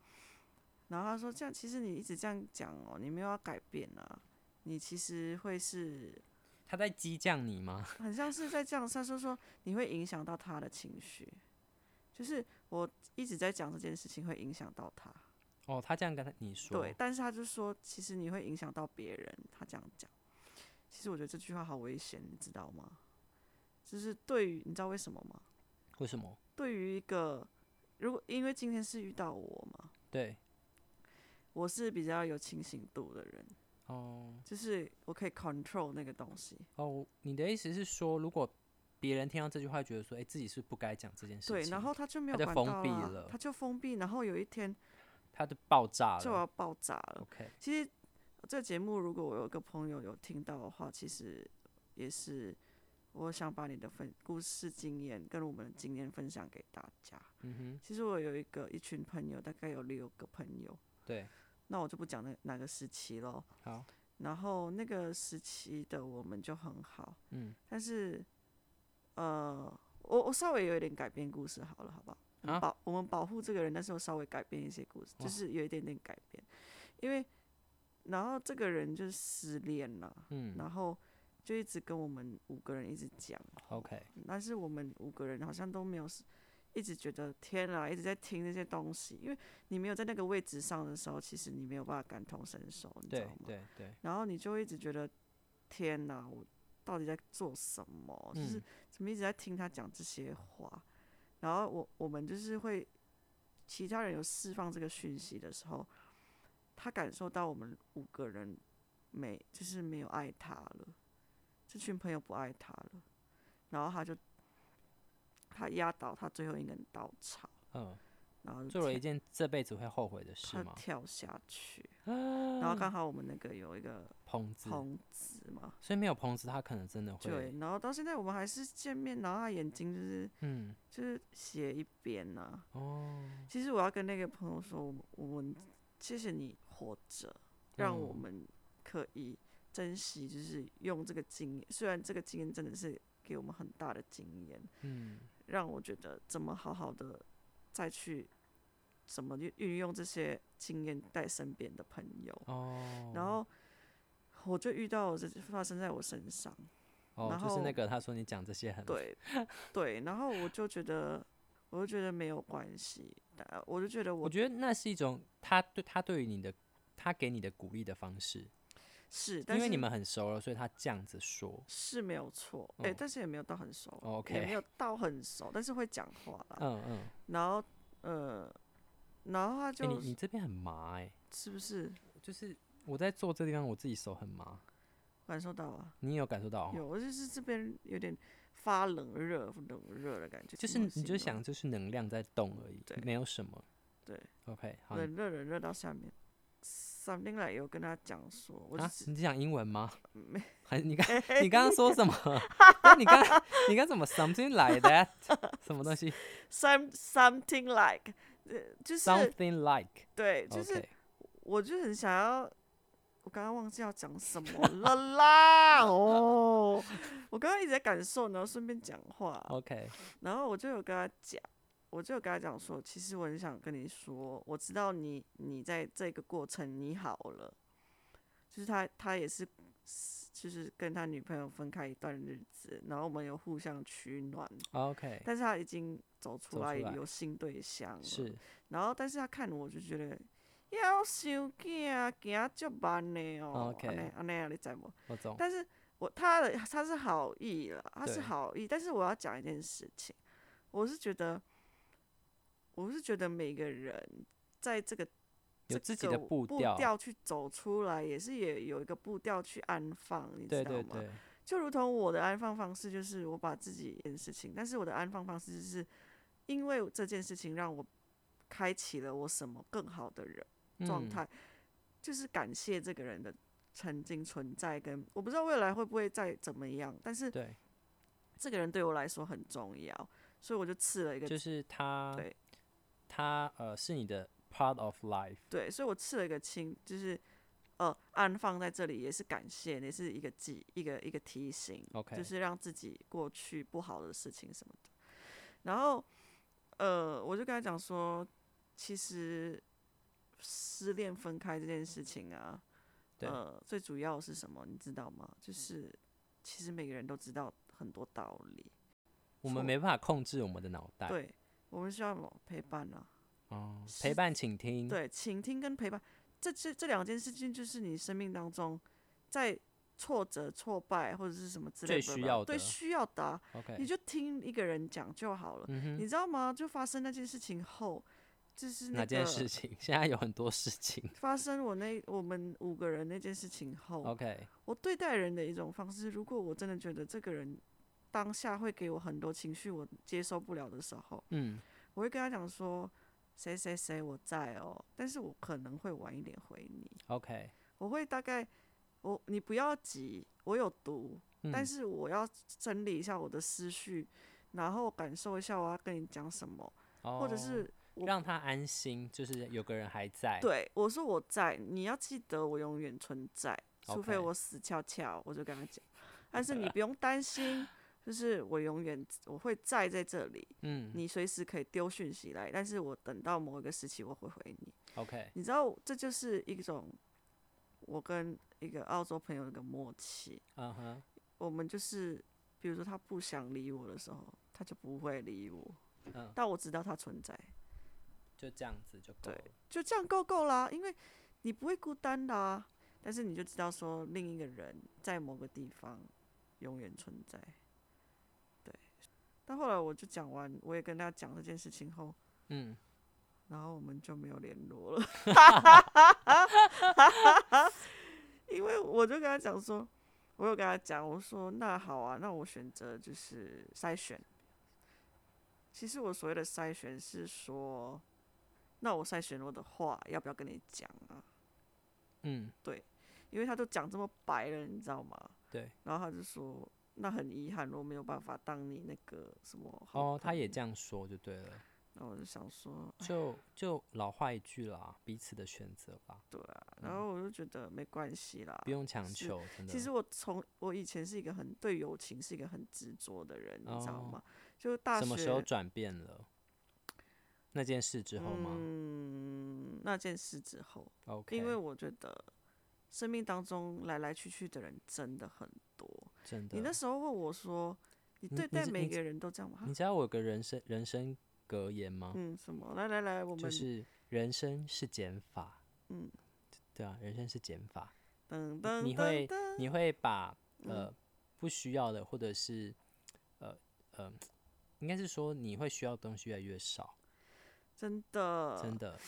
Speaker 2: 然后他说这样，其实你一直这样讲哦，你没有要改变啊，你其实会是
Speaker 3: 他在激将你吗？
Speaker 2: 很像是在这样，他说说你会影响到他的情绪，就是我一直在讲这件事情会影响到他，
Speaker 3: 哦，他这样跟他你说，
Speaker 2: 对，，但是他就说其实你会影响到别人，他这样讲，其实我觉得这句话好危险，你知道吗？就是对于你知道为什么吗？
Speaker 3: 为什么？
Speaker 2: 对于一个如果因为今天是遇到我嘛，
Speaker 3: 对，
Speaker 2: 我是比较有清醒度的人，
Speaker 3: 哦
Speaker 2: 就是我可以 control 那个东西，
Speaker 3: 哦，你的意思是说，如果别人听到这句话，觉得说，哎、自己是不该讲这件事情，
Speaker 2: 对，然后他就没有
Speaker 3: 他就
Speaker 2: 管
Speaker 3: 封
Speaker 2: 到
Speaker 3: 闭
Speaker 2: 啦
Speaker 3: 了
Speaker 2: 他就封闭，然后有一天
Speaker 3: 他就爆炸
Speaker 2: 就要
Speaker 3: 了。哦
Speaker 2: 爆炸了。
Speaker 3: OK，
Speaker 2: 其实这节目如果我有个朋友有听到的话，其实也是我想把你的分故事经验跟我们的经验分享给大家。
Speaker 3: 嗯
Speaker 2: 其实我有一个一群朋友，大概有六个朋友，
Speaker 3: 哼，对，
Speaker 2: 那我就不讲那哪个时期咯。
Speaker 3: 好，
Speaker 2: 然后那个时期的我们就很好，
Speaker 3: 嗯，
Speaker 2: 但是呃，我我稍微有一点改变故事好了，好不好？我们
Speaker 3: 啊
Speaker 2: 保我们保护这个人，但是我稍微改变一些故事，就
Speaker 3: 哇
Speaker 2: 是有一点点改变，因为然后这个人就是失恋了，
Speaker 3: 嗯
Speaker 2: 然后就一直跟我们五个人一直讲，
Speaker 3: ，OK，
Speaker 2: 但是我们五个人好像都没有是，一直觉得天啊，一直在听那些东西，因为你没有在那个位置上的时候，其实你没有办法感同身受，你知道
Speaker 3: 对
Speaker 2: 吗？
Speaker 3: 对对，
Speaker 2: 然后你就会一直觉得天哪，我到底在做什么？就是
Speaker 3: 嗯
Speaker 2: 怎么一直在听他讲这些话？然后我我们就是会，其他人有释放这个讯息的时候，他感受到我们五个人没就是没有爱他了，这群朋友不爱他了，然后他就他压倒他最后一根稻草，
Speaker 3: 嗯，
Speaker 2: 然后就
Speaker 3: 做了
Speaker 2: 跳
Speaker 3: 一件这辈子会后悔的事
Speaker 2: 他
Speaker 3: 吗？啊
Speaker 2: 跳下去，然后刚好我们那个有一个
Speaker 3: 棚子，
Speaker 2: 棚子嘛，
Speaker 3: 所以没有棚子，他可能真的
Speaker 2: 对
Speaker 3: 会，，
Speaker 2: 然后到现在我们还是见面，然后他眼睛就是
Speaker 3: 嗯，
Speaker 2: 就是斜一边呐、
Speaker 3: 哦，
Speaker 2: 其实我要跟那个朋友说，我们我们谢谢你活着，让我
Speaker 3: 嗯
Speaker 2: 们可以珍惜，就是用这个经验。虽然这个经验真的是给我们很大的经验，
Speaker 3: 嗯，
Speaker 2: 让我觉得怎么好好的再去怎么运运用这些经验带身边的朋友。
Speaker 3: 哦，
Speaker 2: 然后我就遇到了这发生在我身上。
Speaker 3: 哦，
Speaker 2: 然
Speaker 3: 就是那
Speaker 2: 后
Speaker 3: 个他说你讲这些很，
Speaker 2: 对对，然后我就觉得，我就觉得没有关系，但我就觉得
Speaker 3: 我
Speaker 2: 我
Speaker 3: 觉得那是一种他对他对于你的他给你的鼓励的方式，
Speaker 2: 是，但
Speaker 3: 因
Speaker 2: 是
Speaker 3: 为你们很熟了，所以他这样子说，
Speaker 2: 是没有错，哎、
Speaker 3: 哦
Speaker 2: 但是也没有到很熟也
Speaker 3: OK
Speaker 2: 没有到很熟，但是会讲话啦。
Speaker 3: 嗯嗯，
Speaker 2: 然后呃，然后他
Speaker 3: 哎、你
Speaker 2: 就
Speaker 3: 你这边很麻哎、
Speaker 2: 是不是
Speaker 3: 就是我在做这地方，我自己手很麻，
Speaker 2: 感受到啊？
Speaker 3: 你也有感受到哦？
Speaker 2: 有，我就是这边有点发冷热冷热的感觉，
Speaker 3: 就
Speaker 2: 怎
Speaker 3: 是
Speaker 2: 么
Speaker 3: 你
Speaker 2: 形
Speaker 3: 就
Speaker 2: 容
Speaker 3: 想就是能量在动而已
Speaker 2: 对，
Speaker 3: 没有什么。
Speaker 2: 对
Speaker 3: OK，好
Speaker 2: 冷热冷热到下面。something like 有跟他讲说，我就
Speaker 3: 啊，
Speaker 2: 是、
Speaker 3: 你讲英文吗？
Speaker 2: 没
Speaker 3: 还你 刚你刚刚说什么？哎你刚你刚怎么 something like that 什么东西
Speaker 2: some something like，呃，就是
Speaker 3: ？something like
Speaker 2: 对，就是、
Speaker 3: OK
Speaker 2: 我就很想要，我刚刚忘记要讲什么了啦哦，我刚刚一直在感受，然后顺便讲话，
Speaker 3: OK，
Speaker 2: 然后我就有跟他讲，我就有跟他讲说，其实我很想跟你说，我知道你你在这个过程你好了，就是他他也是。就是跟他女朋友分开一段日子，然后我们有互相取暖，
Speaker 3: OK，
Speaker 2: 但是他已经走
Speaker 3: 哎走
Speaker 2: 出
Speaker 3: 出
Speaker 2: 来
Speaker 3: 来
Speaker 2: 有新对象了，
Speaker 3: 是
Speaker 2: 然后但是他看我就觉得。要啊想行行足慢的哦
Speaker 3: OK
Speaker 2: 安尼安尼啊，你知无？
Speaker 3: 我懂，
Speaker 2: 但是我他的他是好意了，他是
Speaker 3: 对
Speaker 2: 好意，但是我要讲一件事情，我是觉得，我是觉得每个人在这个
Speaker 3: 有
Speaker 2: 这
Speaker 3: 自己的
Speaker 2: 个
Speaker 3: 步
Speaker 2: 步
Speaker 3: 调
Speaker 2: 去走出来，也是也有一个步调去安放，你知
Speaker 3: 对
Speaker 2: 道
Speaker 3: 对
Speaker 2: 吗？
Speaker 3: 对，
Speaker 2: 就如同我的安放方式，就是我把自己一件事情，但是我的安放方式就是因为这件事情让我开启了我什么更好的人。状
Speaker 3: 嗯
Speaker 2: 态，就是感谢这个人的曾经存在跟，我不知道未来会不会再怎么样，但是
Speaker 3: 对，
Speaker 2: 这个人对我来说很重要，所以我就刺了一个
Speaker 3: 就是他
Speaker 2: 对，
Speaker 3: 他呃是你的 part of life，
Speaker 2: 对，所以我刺了一个亲，就是呃安放在这里也是感谢，也是一个记一个一个提醒
Speaker 3: OK
Speaker 2: 就是让自己过去不好的事情什么的。然后呃，我就跟他讲说，其实失恋分开这件事情啊，
Speaker 3: 对
Speaker 2: 呃，最主要是什么，你知道吗？就是其实每个人都知道很多道理，
Speaker 3: 我们
Speaker 2: 错
Speaker 3: 没办法控制我们的脑袋，
Speaker 2: 对我们需要什么陪伴啊。
Speaker 3: 哦，
Speaker 2: 是
Speaker 3: 陪伴倾听，
Speaker 2: 对，倾听跟陪伴，这这这两件事情就是你生命当中在挫折、挫败或者是什么之类
Speaker 3: 最
Speaker 2: 的，
Speaker 3: 需要
Speaker 2: 对
Speaker 3: 的哎
Speaker 2: 需要的啊、你
Speaker 3: ，OK，嗯
Speaker 2: 就听一个人讲就好了。你知道吗？就发生那件事情后，就是
Speaker 3: 哪
Speaker 2: 那个
Speaker 3: 件事 情？现在有很多事情
Speaker 2: 发生我那我们五个人那件事情后，
Speaker 3: ，OK，
Speaker 2: 我对待人的一种方式，如果我真的觉得这个人当下会给我很多情绪，我接受不了的时候，
Speaker 3: 嗯，
Speaker 2: 我会跟他讲说。谁谁谁我在哦，但是我可能会晚一点回你。
Speaker 3: OK，
Speaker 2: 我会大概，我你不要急，我有读，但
Speaker 3: 嗯
Speaker 2: 是我要整理一下我的思绪，然后感受一下我要跟你讲什么，或者
Speaker 3: 哦
Speaker 2: 是我
Speaker 3: 让他安心，就是有个人还在，
Speaker 2: 对我说我在，你要记得我永远存在，除
Speaker 3: OK
Speaker 2: 非
Speaker 3: 呃
Speaker 2: 我死翘翘，我就跟他讲。但是你不用担心，就是我永远我会在在这里，
Speaker 3: 嗯
Speaker 2: 你随时可以丢讯息来，但是我等到某一个时期我会回你。
Speaker 3: ，OK，
Speaker 2: 你知道，这就是一种我跟一个澳洲朋友的一个默契。
Speaker 3: 嗯哼，
Speaker 2: 我们就是，比如说他不想理我的时候，他就不会理我。
Speaker 3: 嗯
Speaker 2: 但我知道他存在，
Speaker 3: 就这样子就够
Speaker 2: 对
Speaker 3: 了，
Speaker 2: 就这样够够啦，因为你不会孤单的、啊。但是你就知道说，另一个人在某个地方永远存在。对。但后来我就讲完，我也跟他讲这件事情后，
Speaker 3: 嗯，
Speaker 2: 然后我们就没有联络了， 因为我就跟他讲说，我有跟他讲，我说那好啊，那我选择就是筛选。其实我所谓的筛选是说，那我筛选我的话要不要跟你讲啊？
Speaker 3: 嗯，
Speaker 2: 因为他都讲这么白了，你知道吗？
Speaker 3: 对，
Speaker 2: 然后他就说，那很遗憾，我没有办法当你那个什么好嗯
Speaker 3: 哦，他
Speaker 2: 朋
Speaker 3: 也
Speaker 2: 友
Speaker 3: 这。样说就对了，
Speaker 2: 然后我就想说，
Speaker 3: 就就老话一句啦，彼此的选择吧，
Speaker 2: 对啊，然后我就觉得没关系啦，
Speaker 3: 不用强
Speaker 2: 是
Speaker 3: 求，真的，
Speaker 2: 其实我从我以前是一个很对友情是一个很执着的人，你知道
Speaker 3: 哦
Speaker 2: 吗？就大
Speaker 3: 什么时候
Speaker 2: 学
Speaker 3: 转变了？那件事之后吗
Speaker 2: 嗯那件事之后，
Speaker 3: ？OK，
Speaker 2: 因为我觉得生命当中来来去去的人真的很多。
Speaker 3: 真的，
Speaker 2: 你那时候问我说，你
Speaker 3: 你
Speaker 2: 对
Speaker 3: 你
Speaker 2: 待
Speaker 3: 是
Speaker 2: 每
Speaker 3: 你
Speaker 2: 个人都这样吗？
Speaker 3: 你知道我有个人生人生格言吗？
Speaker 2: 嗯，什么？来来来，我
Speaker 3: 就
Speaker 2: 们
Speaker 3: 是人生是减法，
Speaker 2: 嗯，
Speaker 3: 对啊，人生是减法，
Speaker 2: 噔
Speaker 3: 你
Speaker 2: 噔
Speaker 3: 你
Speaker 2: 噔
Speaker 3: 会
Speaker 2: 噔，嗯
Speaker 3: 你会把呃不需要的，或者是呃呃，应该是说你会需要的东西越来越少，
Speaker 2: 真的
Speaker 3: 真的，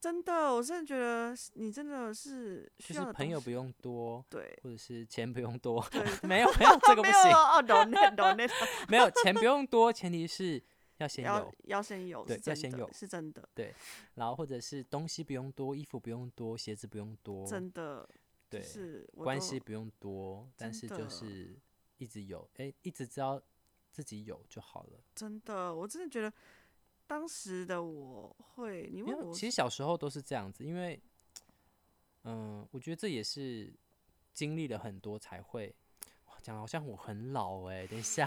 Speaker 2: 真的，我真的觉得你真的是需
Speaker 3: 就是
Speaker 2: 要的
Speaker 3: 朋
Speaker 2: 东
Speaker 3: 友
Speaker 2: 西
Speaker 3: 不用多，
Speaker 2: 对。
Speaker 3: 或者是钱不用多，
Speaker 2: 对
Speaker 3: 没有没有 这个不
Speaker 2: 没有
Speaker 3: 行，
Speaker 2: 哦，懂那懂那，
Speaker 3: 没有钱不用多，前提是要 先
Speaker 2: 要
Speaker 3: 有，
Speaker 2: 要先有，
Speaker 3: 对
Speaker 2: 是
Speaker 3: 要
Speaker 2: 真
Speaker 3: 先
Speaker 2: 的
Speaker 3: 有
Speaker 2: 是真的，
Speaker 3: 然后或者是东西不用多，衣服不用多，鞋子不用多，
Speaker 2: 真的，就
Speaker 3: 对，
Speaker 2: 是我
Speaker 3: 关
Speaker 2: 都
Speaker 3: 系不用多，但
Speaker 2: 真
Speaker 3: 是
Speaker 2: 的
Speaker 3: 就是一直有，哎、一直知道自己有就好了。
Speaker 2: 真的，我真的觉得当时的我会，你
Speaker 3: 因
Speaker 2: 问
Speaker 3: 为
Speaker 2: 我
Speaker 3: 其实小时候都是这样子，因为，嗯、我觉得这也是经历了很多才会。哇讲得好像我很老哎、等一 下，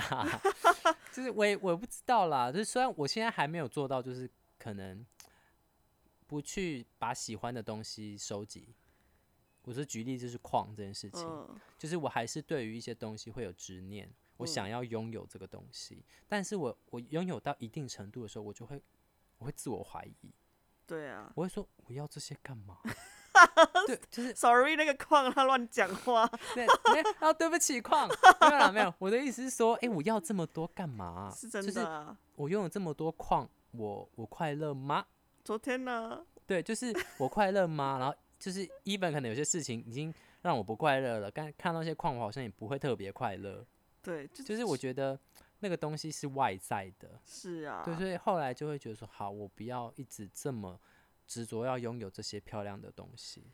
Speaker 3: 就是我也我也不知道啦。就是虽然我现在还没有做到，就是可能不去把喜欢的东西收集。我是举例，就是矿这件事情，
Speaker 2: 嗯，
Speaker 3: 就是我还是对于一些东西会有执念，我
Speaker 2: 嗯
Speaker 3: 想要拥有这个东西，但是我我拥有到一定程度的时候，我就会我会自我怀疑，
Speaker 2: 对啊
Speaker 3: 我会说我要这些干 嘛？对，就是
Speaker 2: ，sorry 那个矿他乱讲话，
Speaker 3: 那 那哦，对不起，矿没有啦，没有。我的意思是说，哎、我要这么多干嘛、
Speaker 2: 是真
Speaker 3: 就是
Speaker 2: 的啊。
Speaker 3: 我拥有这么多矿，我我快乐吗？
Speaker 2: 昨天呢，
Speaker 3: 对，就是我快乐吗？然后就是 even 可能有些事情已经让我不快乐了，但看到那些矿，我好像也不会特别快乐。
Speaker 2: 对，就
Speaker 3: 就是我觉得那个东西是外在的，
Speaker 2: 是啊，
Speaker 3: 对，所以后来就会觉得说，好，我不要一直这么执着要拥有这些漂亮的东西，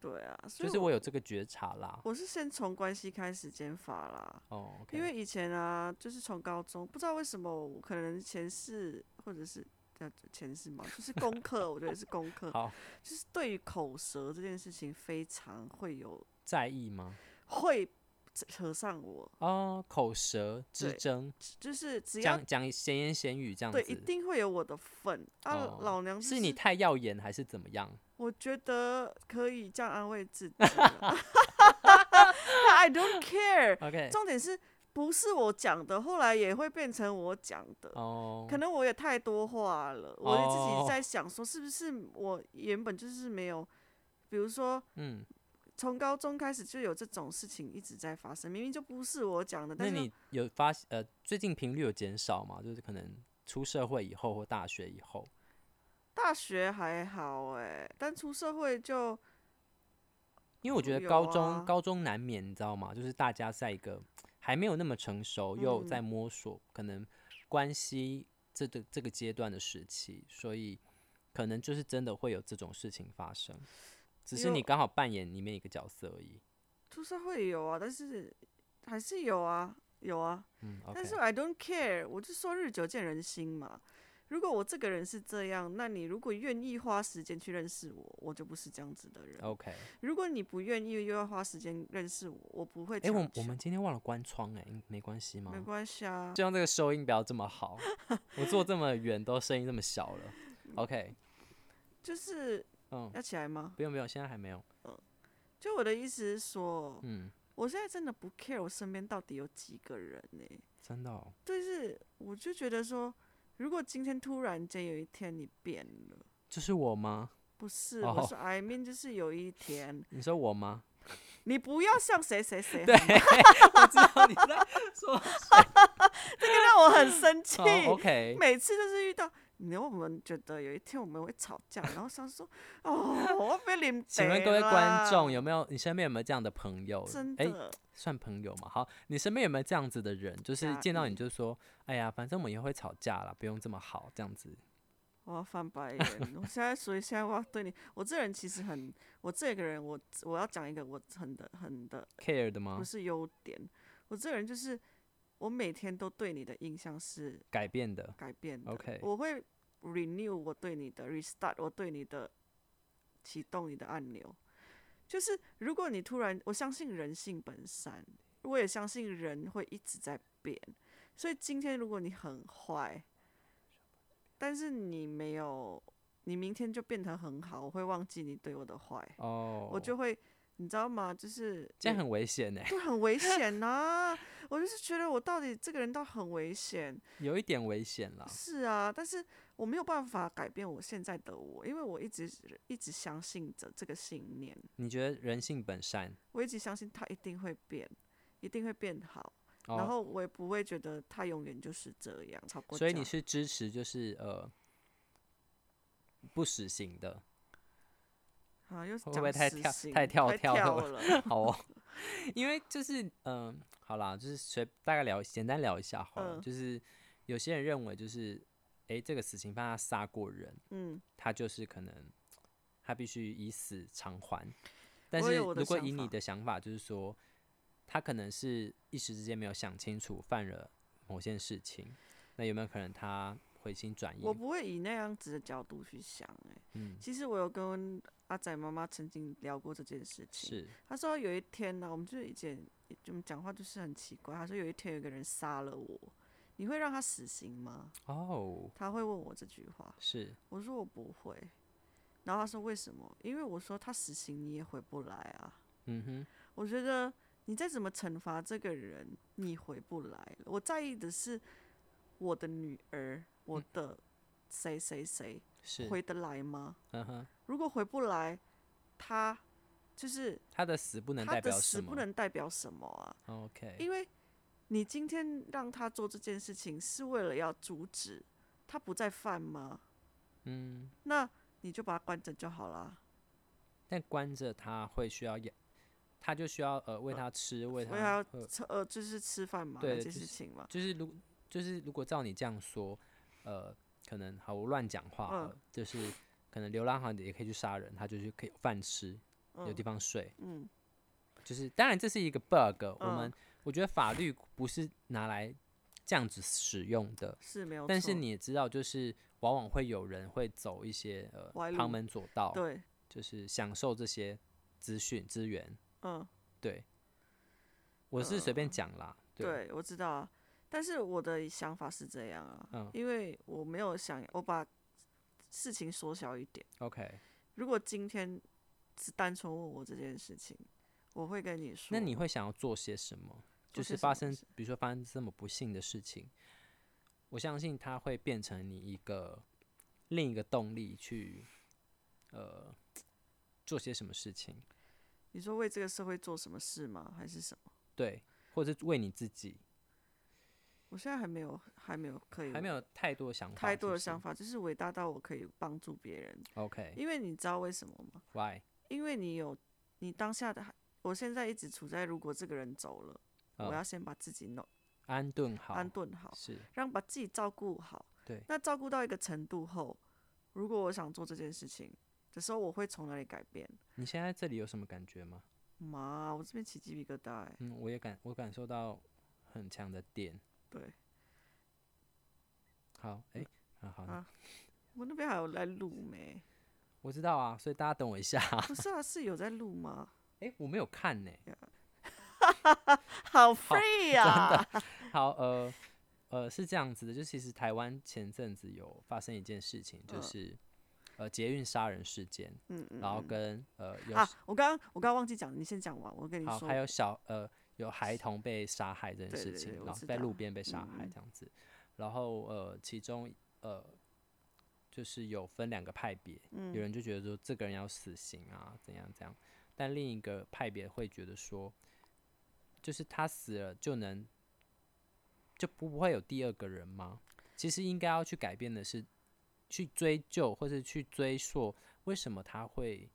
Speaker 2: 对啊，所
Speaker 3: 就
Speaker 2: 以
Speaker 3: 是我有这个觉察啦。
Speaker 2: 我是先从关系开始减法啦，
Speaker 3: 哦，OK，
Speaker 2: 因为以前啊，就是从高中，不知道为什么，我可能前世或者是叫前世嘛，就是功课，我觉得是功课，
Speaker 3: 好
Speaker 2: 就是对于口舌这件事情非常会有
Speaker 3: 在意吗？
Speaker 2: 会扯上我，
Speaker 3: 哦，口舌之
Speaker 2: 对
Speaker 3: 争，
Speaker 2: 就是只要
Speaker 3: 讲讲闲言闲语这样
Speaker 2: 对，一
Speaker 3: 子，
Speaker 2: 定会有我的份啊，
Speaker 3: 哦
Speaker 2: 老娘就是
Speaker 3: 你太耀眼还是怎么样？
Speaker 2: 我觉得可以这样安慰自己 啊。I don't care。
Speaker 3: OK，
Speaker 2: 重点是不是我讲的，后来也会变成我讲的。
Speaker 3: 哦，
Speaker 2: 可能我也太多话了，我也自
Speaker 3: 哦
Speaker 2: 己在想说，是不是我原本就是没有，比如说
Speaker 3: 嗯，
Speaker 2: 从高中开始就有这种事情一直在发生，明明就不是我讲的，
Speaker 3: 那
Speaker 2: 但是
Speaker 3: 你有发呃最近频率有减少吗？就是可能出社会以后或大学以后，
Speaker 2: 大学还好哎、但出社会就
Speaker 3: 因为我觉得
Speaker 2: 有
Speaker 3: 高中、
Speaker 2: 啊
Speaker 3: 高中难免，你知道吗？就是大家在一个还没有那么成熟，又
Speaker 2: 嗯
Speaker 3: 在摸索，可能关系这个这个阶段的时期，所以可能就是真的会有这种事情发生，只是
Speaker 2: 有
Speaker 3: 你刚好扮演里面一个角色而已。
Speaker 2: 出社会也有啊，但是还是有啊，有啊。
Speaker 3: 嗯，OK，
Speaker 2: 但是 I don't care，我就说日久见人心嘛。如果我这个人是这样，那你如果愿意花时间去认识我，我就不是这样子的人。
Speaker 3: OK，
Speaker 2: 如果你不愿意又要花时间认识我，我不会
Speaker 3: 哎、
Speaker 2: 强求。
Speaker 3: 我我们今天忘了关窗、哎，没关系吗
Speaker 2: 没？关系啊，
Speaker 3: 希望这个收音不要这么 好，我坐这么远都声音这么小了。OK，
Speaker 2: 就是
Speaker 3: 嗯，
Speaker 2: 要起来吗？
Speaker 3: 不用不用，现在还没有。
Speaker 2: 就我的意思是说，
Speaker 3: 嗯，
Speaker 2: 我现在真的不 care 我身边到底有几个人欸呢、
Speaker 3: 真的、哦，
Speaker 2: 就是我就觉得说，如果今天突然间有一天你变了，
Speaker 3: 这是我吗？
Speaker 2: 不是，
Speaker 3: 哦
Speaker 2: 我说 I mean 就是有一天
Speaker 3: 你说我吗？
Speaker 2: 你不要像谁谁谁，
Speaker 3: 对，
Speaker 2: 这
Speaker 3: 我知道你在 说
Speaker 2: 个让我很生 气。
Speaker 3: 哦 OK，
Speaker 2: 每次都是遇到，你知道我们觉得有一天我们会吵架，然后想说，哦，我要被你们。
Speaker 3: 请问各位观众，有没有你身边有没有这样的朋友？
Speaker 2: 真
Speaker 3: 哎、
Speaker 2: 的，
Speaker 3: 算朋友嘛？好，你身边有没有这样子的人？就是
Speaker 2: 假
Speaker 3: 见到你
Speaker 2: 意
Speaker 3: 就说，哎呀，反正我们也会吵架啦，不用这么好，这样子。
Speaker 2: 我要翻白眼。我现在，所以现在我要对你，我这人其实很，我这个人我，我要讲一个我很的很的
Speaker 3: care 的吗
Speaker 2: 不？是优点，我这个人就是我每天都对你的印象是
Speaker 3: 改变的，
Speaker 2: 改变的。
Speaker 3: OK
Speaker 2: 我会 renew 我对你的 restart 我对你的启动你的按钮。就是如果你突然，我相信人性本善，我也相信人会一直在变。所以今天如果你很坏，但是你没有，你明天就变得很好，我会忘记你对我的坏，
Speaker 3: 哦，
Speaker 2: 我就会，你知道吗？就是
Speaker 3: 这样
Speaker 2: 也
Speaker 3: 很危险呢、欸
Speaker 2: 就很危 险呐、我就是觉得我到底这个人倒很危险，
Speaker 3: 有一点危险啦。
Speaker 2: 是啊，但是我没有办法改变我现在的我，因为我一直一直相信着这个信念，
Speaker 3: 你觉得人性本善？
Speaker 2: 我一直相信他一定会变，一定会变好，然
Speaker 3: 哦，
Speaker 2: 后我也不会觉得他永远就是这样。超过
Speaker 3: 所以你
Speaker 2: 这
Speaker 3: 是
Speaker 2: 样
Speaker 3: 支持就是呃不实行的，
Speaker 2: 啊，又是
Speaker 3: 会不
Speaker 2: 讲
Speaker 3: 会太
Speaker 2: 实
Speaker 3: 跳
Speaker 2: 行
Speaker 3: 太跳跳
Speaker 2: 跳
Speaker 3: 了 好哦，因为就是嗯、好啦，就是随大概聊，简单聊一下好了。
Speaker 2: 嗯
Speaker 3: 就是有些人认为，就是诶，这个死刑犯他杀过人，
Speaker 2: 嗯，
Speaker 3: 他就是可能他必须以死偿还。但
Speaker 2: 我
Speaker 3: 是
Speaker 2: 有我的
Speaker 3: 如果
Speaker 2: 想
Speaker 3: 以你
Speaker 2: 法
Speaker 3: 的想法，就是说他可能是一时之间没有想清楚犯了某件事情，那有没有可能他回心转意
Speaker 2: 我？不会以那样子的角度去想、欸。
Speaker 3: 嗯，
Speaker 2: 其实我有跟阿仔妈妈曾经聊过这件事情，
Speaker 3: 是
Speaker 2: 他说有一天呢、我们就是以前我们讲话就是很奇怪。他说有一天有一个人杀了我，你会让他死刑吗？
Speaker 3: 哦，
Speaker 2: 他会问我这句话，
Speaker 3: 是
Speaker 2: 我说我不会。然后他说为什么？因为我说他死刑你也回不来啊。
Speaker 3: 嗯哼，
Speaker 2: 我觉得你再怎么惩罚这个人，你回不来了。我在意的是我的女儿，我的谁谁谁
Speaker 3: 嗯是，
Speaker 2: 回得来吗？
Speaker 3: 嗯哼，
Speaker 2: 如果回不来，他就是
Speaker 3: 他的死不能
Speaker 2: 他
Speaker 3: 代
Speaker 2: 的
Speaker 3: 表
Speaker 2: 死
Speaker 3: 什
Speaker 2: 不
Speaker 3: 么
Speaker 2: 能代表什么啊？
Speaker 3: ？OK，
Speaker 2: 因为你今天让他做这件事情，是为了要阻止他不再犯吗？
Speaker 3: 嗯，
Speaker 2: 那你就把他关着就好啦，
Speaker 3: 但关着他会需要养，他就需要呃喂他吃，喂
Speaker 2: 我要
Speaker 3: 他喝，
Speaker 2: 吃呃就是吃饭嘛
Speaker 3: 对
Speaker 2: 那件
Speaker 3: 就是
Speaker 2: 事情嘛。
Speaker 3: 就是如就是如果照你这样说，呃，可能好我乱讲话好
Speaker 2: 嗯
Speaker 3: 了、就是可能流浪汉也可以去杀人，他就是可以有饭吃，有
Speaker 2: 嗯
Speaker 3: 地方睡，
Speaker 2: 嗯，
Speaker 3: 就是当然这是一个 bug，、我
Speaker 2: 嗯
Speaker 3: 们我觉得法律不是拿来这样子使用的，
Speaker 2: 是没有错。
Speaker 3: 但是你也知道，就是往往会有人会走一些呃
Speaker 2: 歪路
Speaker 3: 旁门左道，
Speaker 2: 对，
Speaker 3: 就是享受这些资讯资源。
Speaker 2: 嗯，
Speaker 3: 对，我是随便讲啦。对，
Speaker 2: 对，我知道啊。但是我的想法是这样啊，
Speaker 3: 嗯
Speaker 2: 因为我没有想我把事情缩小一点。
Speaker 3: OK，
Speaker 2: 如果今天只单纯问我这件事情，我会跟你说。
Speaker 3: 那你会想要做些什么？就
Speaker 2: 做些
Speaker 3: 是
Speaker 2: 什么
Speaker 3: 发生
Speaker 2: 事，
Speaker 3: 比如说发生这么不幸的事情，我相信它会变成你一个另一个动力去，呃，做些什么事情，
Speaker 2: 你说为这个社会做什么事吗？还是什么？
Speaker 3: 对，或者是为你自己，
Speaker 2: 我现在还没有，还没有可以，
Speaker 3: 还没有太多的想法，
Speaker 2: 嗯太多的
Speaker 3: 是不
Speaker 2: 想
Speaker 3: 是
Speaker 2: 法，就是伟大到我可以帮助别人。因为你知道为什么吗？
Speaker 3: ，OK，Why？
Speaker 2: 因为你有你当下的，我现在一直处在如果这个人走了，我
Speaker 3: 嗯
Speaker 2: 要先把自己弄
Speaker 3: 安顿好，
Speaker 2: 安顿好，
Speaker 3: 是
Speaker 2: 让把自己照顾好。
Speaker 3: 对
Speaker 2: 那照顾到一个程度后，如果我想做这件事情的时候，我会从哪里改变？
Speaker 3: 你现在这里有什么感觉吗？
Speaker 2: 妈，我这边起鸡皮疙瘩、欸。
Speaker 3: 嗯，我也感我感受到很强的电。
Speaker 2: 对
Speaker 3: 好，哎、啊好，
Speaker 2: 啊我那边还有在录没？
Speaker 3: 我知道啊，所以大家等我一下。
Speaker 2: 不是啊，是有在录吗？
Speaker 3: 哎、我没有看呢、哦
Speaker 2: 好 free 啊！
Speaker 3: 好，呃呃，是这样子的，就其实台湾前阵子有发生一件事情，就
Speaker 2: 嗯
Speaker 3: 是、呃捷运杀人事件，
Speaker 2: 嗯嗯，
Speaker 3: 然后
Speaker 2: 嗯
Speaker 3: 跟呃有、
Speaker 2: 啊，我刚刚我刚刚忘记讲，你先讲完，我跟你
Speaker 3: 好
Speaker 2: 说。
Speaker 3: 还有小呃有孩童被杀害这件
Speaker 2: 对
Speaker 3: 事
Speaker 2: 对
Speaker 3: 情，
Speaker 2: 对我
Speaker 3: 然后
Speaker 2: 知
Speaker 3: 在路
Speaker 2: 道
Speaker 3: 边被杀害
Speaker 2: 嗯
Speaker 3: 这样子，然后呃其中呃就是有分两个派别，
Speaker 2: 嗯
Speaker 3: 有人就觉得说这个人要死刑啊，怎样怎样，但另一个派别会觉得说，就是他死了就能就不会有第二个人吗？其实应该要去改变的是，去追究或是去追溯为什么他会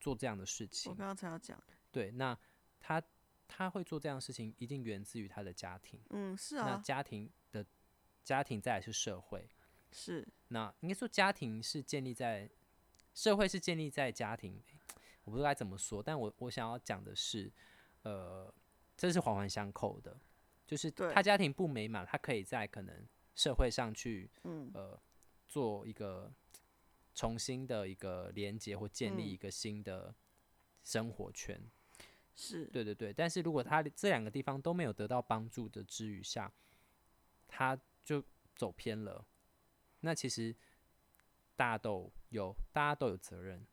Speaker 3: 做这样的事情啊
Speaker 2: 我。刚刚才要讲，
Speaker 3: 对，那他他会做这样的事情，一定源自于他的家庭。
Speaker 2: 嗯，是
Speaker 3: 那
Speaker 2: 啊，
Speaker 3: 家庭的家庭再来是社会，
Speaker 2: 是
Speaker 3: 那应该说家庭是建立在社会是建立在家庭，我不知道该怎么说，但我我想要讲的是，呃，这是环环相扣的，就是
Speaker 2: 对
Speaker 3: 他家庭不美满，他可以在可能社会上去
Speaker 2: 嗯
Speaker 3: 呃做一个重新的一个连接或建立
Speaker 2: 嗯
Speaker 3: 一个新的生活圈。
Speaker 2: 是，
Speaker 3: 对对对，但是如果他这两个地方都没有得到帮助的之余下，他就走偏了。那其实大家都有，大家都有责任。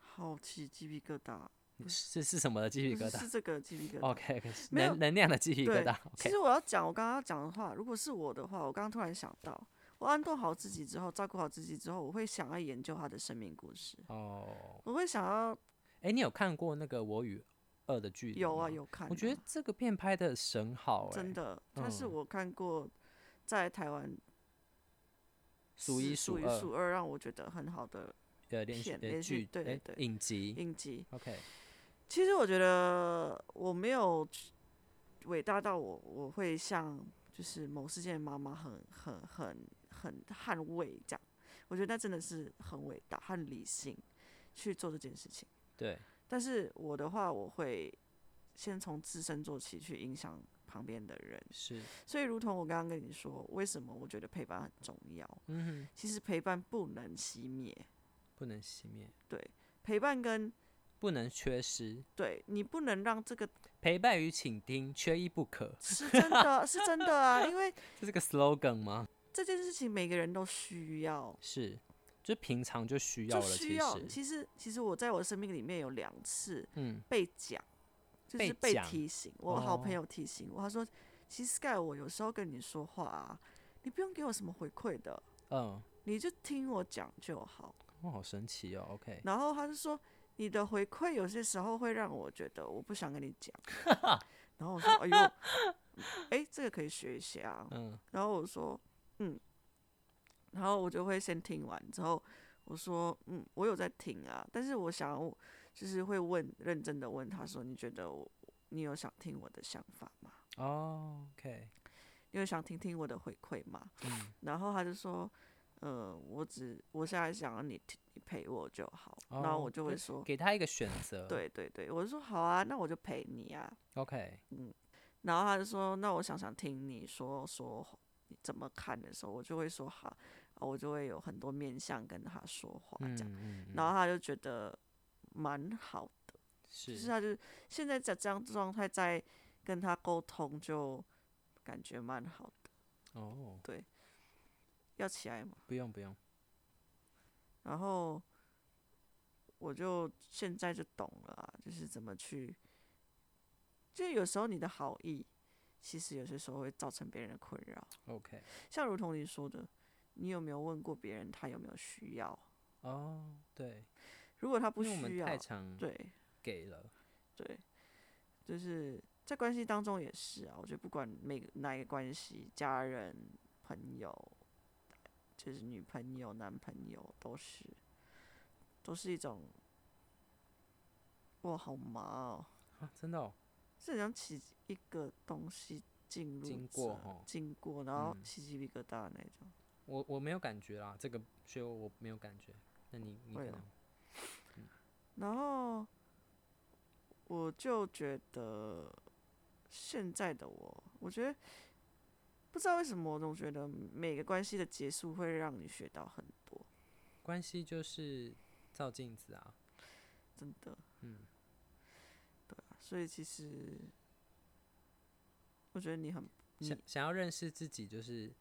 Speaker 2: 好起鸡皮疙瘩，
Speaker 3: 是是什么的鸡皮
Speaker 2: 嗯不
Speaker 3: 疙
Speaker 2: 是
Speaker 3: 瘩
Speaker 2: 是这个鸡皮疙瘩。
Speaker 3: ？OK，
Speaker 2: 没有
Speaker 3: 能能量的鸡皮疙
Speaker 2: 对
Speaker 3: 瘩。
Speaker 2: 其
Speaker 3: OK，
Speaker 2: 实我要讲我刚刚要讲的话，如果是我的话，我刚刚突然想到，我安顿好自己之后，照顾好自己之后，我会想要研究他的生命故事，
Speaker 3: 哦，
Speaker 2: 我会想要
Speaker 3: 哎，你有看过那个《我与恶的距离》？
Speaker 2: 有啊。有看啊、啊
Speaker 3: 我觉得这个片拍的神好、哎，
Speaker 2: 真的，他是
Speaker 3: 嗯
Speaker 2: 我看过在台湾
Speaker 3: 数
Speaker 2: 是
Speaker 3: 一
Speaker 2: 数一
Speaker 3: 二
Speaker 2: 数二，让我觉得很好的
Speaker 3: 呃连续
Speaker 2: 片连续
Speaker 3: 剧
Speaker 2: 对
Speaker 3: 哎
Speaker 2: 对对
Speaker 3: 影集。
Speaker 2: 印记。
Speaker 3: OK，
Speaker 2: 其实我觉得我没有去伟大到我我会像就是某事件的妈妈很很很很捍卫这样，我觉得那真的是很伟大、很理性去做这件事情。
Speaker 3: 对，
Speaker 2: 但是我的话，我会先从自身做起，去影响旁边的人。
Speaker 3: 是，
Speaker 2: 所以，如同我刚刚跟你说，为什么我觉得陪伴很重要？
Speaker 3: 嗯哼，
Speaker 2: 其实陪伴不能熄灭，
Speaker 3: 不能熄灭，
Speaker 2: 对，陪伴跟
Speaker 3: 不能缺失。
Speaker 2: 对你不能让这个
Speaker 3: 陪伴与倾听缺一不可，
Speaker 2: 是真的，是真的啊，因为
Speaker 3: 这是个 slogan 吗？
Speaker 2: 这件事情每个人都需要，
Speaker 3: 是，就平常就需要
Speaker 2: 就
Speaker 3: 了。
Speaker 2: 需要。
Speaker 3: 其实，
Speaker 2: 其实，其实我在我生命里面有两次
Speaker 3: 嗯，
Speaker 2: 被讲，就是
Speaker 3: 被
Speaker 2: 被
Speaker 3: 讲
Speaker 2: 提醒，我好朋
Speaker 3: 哦
Speaker 2: 友提醒我，他说，其实 Sky，我有时候跟你说话啊，你不用给我什么回馈的，
Speaker 3: 嗯，
Speaker 2: 你就听我讲就好。
Speaker 3: 哇，好神奇哦，OK，
Speaker 2: 然后他就说，你的回馈有些时候会让我觉得我不想跟你 讲。然后我说，哎呦， 哎、这个可以学一下啊。
Speaker 3: 嗯
Speaker 2: 然后我说，嗯，然后我就会先听完之后，我说，嗯，我有在听啊，但是我想要就是会问认真的问他说，你觉得我你有想听我的想法吗？
Speaker 3: 哦，OK，
Speaker 2: 你有想听听我的回馈吗？
Speaker 3: 嗯，
Speaker 2: 然后他就说，呃，我只我现在想要你听你陪我就好，然后
Speaker 3: 哦
Speaker 2: 我就会
Speaker 3: 对
Speaker 2: 说，
Speaker 3: 给他一个选择，
Speaker 2: 对对对，我就说好啊，那我就陪你啊。
Speaker 3: ，OK，
Speaker 2: 然后他就说：“那我想想听你说说你怎么看的时候，我就会说好，啊我就会有很多面向跟他说话
Speaker 3: 嗯
Speaker 2: 这样。
Speaker 3: 嗯，嗯
Speaker 2: 然后他就觉得蛮好的，就是是他就现在在这样状态在跟他沟通，就感觉蛮好的。
Speaker 3: 哦，
Speaker 2: 要起来嘛，
Speaker 3: 不用不用，
Speaker 2: 然后我就现在就懂了啊，就是怎么去，就有时候你的好意，其实有些时候会造成别人的困扰。”
Speaker 3: OK，
Speaker 2: 像如同你说的，你有没有问过别人他有没有需要？
Speaker 3: 哦，对，
Speaker 2: 如果他不
Speaker 3: 因为我
Speaker 2: 需
Speaker 3: 们太
Speaker 2: 要，
Speaker 3: 常
Speaker 2: 对
Speaker 3: 给了，
Speaker 2: 对，就是在关系当中也是啊。我觉得不管每个哪一个关系，家人、朋友，就是女朋友、男朋友，都是都是一种，哇，好麻哦，
Speaker 3: 啊，真的哦，
Speaker 2: 是很像起一个东西进入
Speaker 3: 经过
Speaker 2: 者
Speaker 3: 吼
Speaker 2: 经过，然后
Speaker 3: 嗯
Speaker 2: 起鸡皮疙瘩的那种。
Speaker 3: 我我没有感觉啦，这个所以我没有感觉，那你你可
Speaker 2: 会哦
Speaker 3: 能
Speaker 2: 然后我就觉得现在的我，我觉得不知道为什么，我总觉得每个关系的结束会让你学到很多，
Speaker 3: 关系就是照镜子啊，
Speaker 2: 真的。啊
Speaker 3: 嗯，
Speaker 2: 所以其实我觉得你很
Speaker 3: 想
Speaker 2: 你
Speaker 3: 想要认识自己就是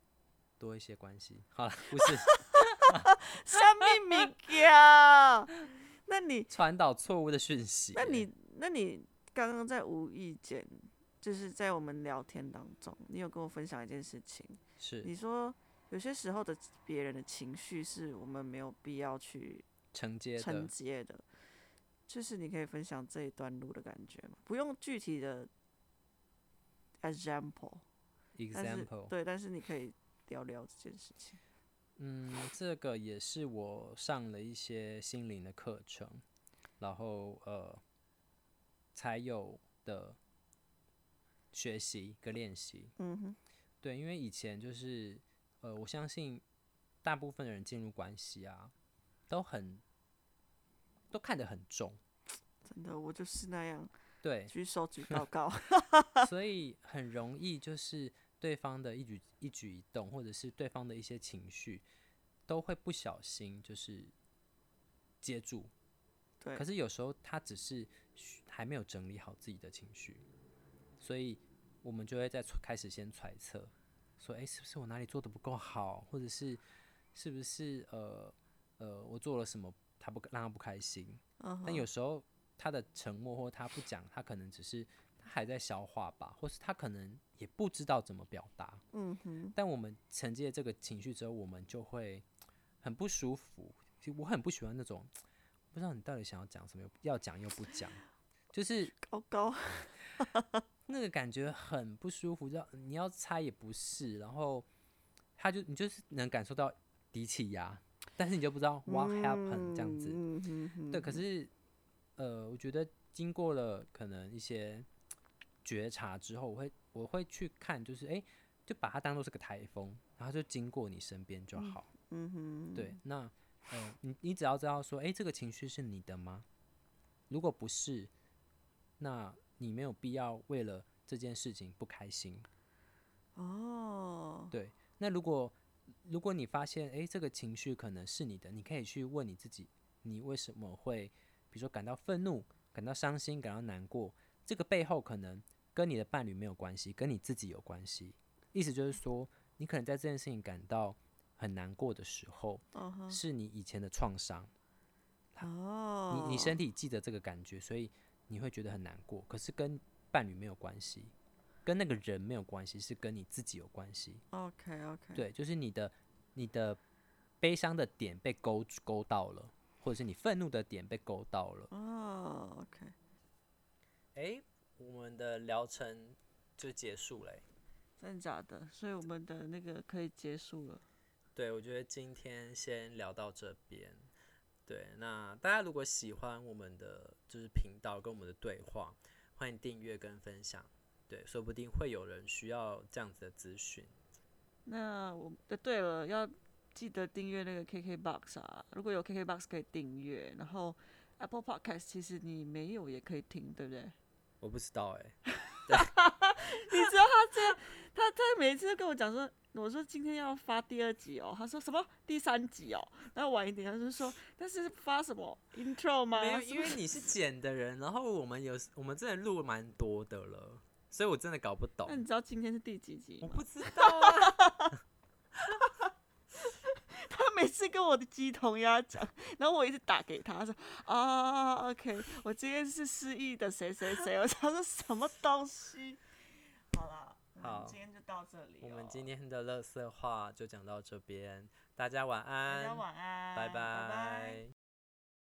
Speaker 3: 多一些关系，好了，不 是
Speaker 2: 生命敏感。那你，
Speaker 3: 传导错误的讯息欸，
Speaker 2: 那你，那你刚刚在无意间，就是在我们聊天当中，你有跟我分享一件事情。
Speaker 3: 是
Speaker 2: 你说有些时候的别人的情绪是我们没有必要去
Speaker 3: 承接
Speaker 2: 承
Speaker 3: 的，
Speaker 2: 接的，就是你可以分享这一段路的感觉吗？不用具体的 example，但是
Speaker 3: example，
Speaker 2: 对，但是你可以聊聊这件事情。
Speaker 3: 嗯，这个也是我上了一些心灵的课程，然后呃才有的学习跟练习。
Speaker 2: 嗯哼，
Speaker 3: 对，因为以前就是呃，我相信大部分的人进入关系啊，都很都看得很重，
Speaker 2: 真的，我就是那样，
Speaker 3: 对，
Speaker 2: 举手举高高。
Speaker 3: 所以很容易就是对方的一举一举一动，或者是对方的一些情绪，都会不小心就是接住。
Speaker 2: 对
Speaker 3: 可是有时候他只是需还没有整理好自己的情绪，所以我们就会在揣开始先揣测，说，诶，是不是我哪里做的不够好，或者是是不是呃呃，我做了什么他不让他不开心？
Speaker 2: 嗯哼，
Speaker 3: 但有时候他的沉默或他不讲，他可能只是他还在消化吧，或是他可能也不知道怎么表达。
Speaker 2: 嗯哼，
Speaker 3: 但我们承接这个情绪之后，我们就会很不舒服。其实我很不喜欢那种不知道你到底想要讲什么，要讲又不讲，就是
Speaker 2: 高高。
Speaker 3: 那个感觉很不舒服。要你要猜也不是，然后他就你就是能感受到低气压，但是你就不知道 what happened 这样子。
Speaker 2: 嗯哼哼
Speaker 3: 对，可是呃，我觉得经过了可能一些觉察之后，我会我会去看，就是诶，就把它当做是个台风，然后就经过你身边就好。
Speaker 2: 嗯哼，
Speaker 3: 对，那呃，你你只要知道说，诶，这个情绪是你的吗？如果不是，那你没有必要为了这件事情不开心。
Speaker 2: 哦，
Speaker 3: 对，那如果如果你发现，诶，这个情绪可能是你的，你可以去问你自己，你为什么会，比如说感到愤怒、感到伤心、感到难过，这个背后可能跟你的伴侣没有关系，跟你自己有关系。意思就是说，你可能在这件事情感到很难过的时候，
Speaker 2: 嗯哼，
Speaker 3: 是你以前的创伤，
Speaker 2: 哦，
Speaker 3: 你你身体记得这个感觉，所以你会觉得很难过，可是跟伴侣没有关系，跟那个人没有关系，是跟你自己有关系。
Speaker 2: OK OK，，
Speaker 3: 对，就是你的你的悲伤的点被勾勾到了，或者是你愤怒的点被勾到了。
Speaker 2: 哦，OK，
Speaker 3: 诶，我们的疗程就结束了欸、
Speaker 2: 真的假的？所以我们的那个可以结束了。
Speaker 3: 对，我觉得今天先聊到这边。对，那大家如果喜欢我们的就是频道跟我们的对话，欢迎订阅跟分享。对，说不定会有人需要这样子的资讯。
Speaker 2: 那我呃，对了，要记得订阅那个 KKBox 啊，如果有 KKBox 可以订阅，然后 Apple Podcast 其实你没有也可以听，对不对？
Speaker 3: 我不知道哎、
Speaker 2: 你知道他这样，他他每一次都跟我讲说，我说今天要发第二集哦，他说什么第三集哦，然后晚一点他就说，但是发什么 intro 吗？
Speaker 3: 没有，
Speaker 2: 什
Speaker 3: 因
Speaker 2: 么
Speaker 3: 为你是剪的人，然后我们有我们真的录蛮多的了，所以我真的搞不懂
Speaker 2: 那。你知道今天是第几集
Speaker 3: 我
Speaker 2: 吗
Speaker 3: 不？知道 啊，
Speaker 2: 他每次跟我的鸡同鸭讲，然后我一直打给他说啊，OK，我今天是失忆的谁谁谁，我想说什么东西？好啦，那我
Speaker 3: 好
Speaker 2: 们今天就到这里、哦，
Speaker 3: 我们今天的乐色话就讲到这边，大家晚
Speaker 2: 大
Speaker 3: 安，
Speaker 2: 家晚安，
Speaker 3: 拜
Speaker 2: 拜拜
Speaker 3: 拜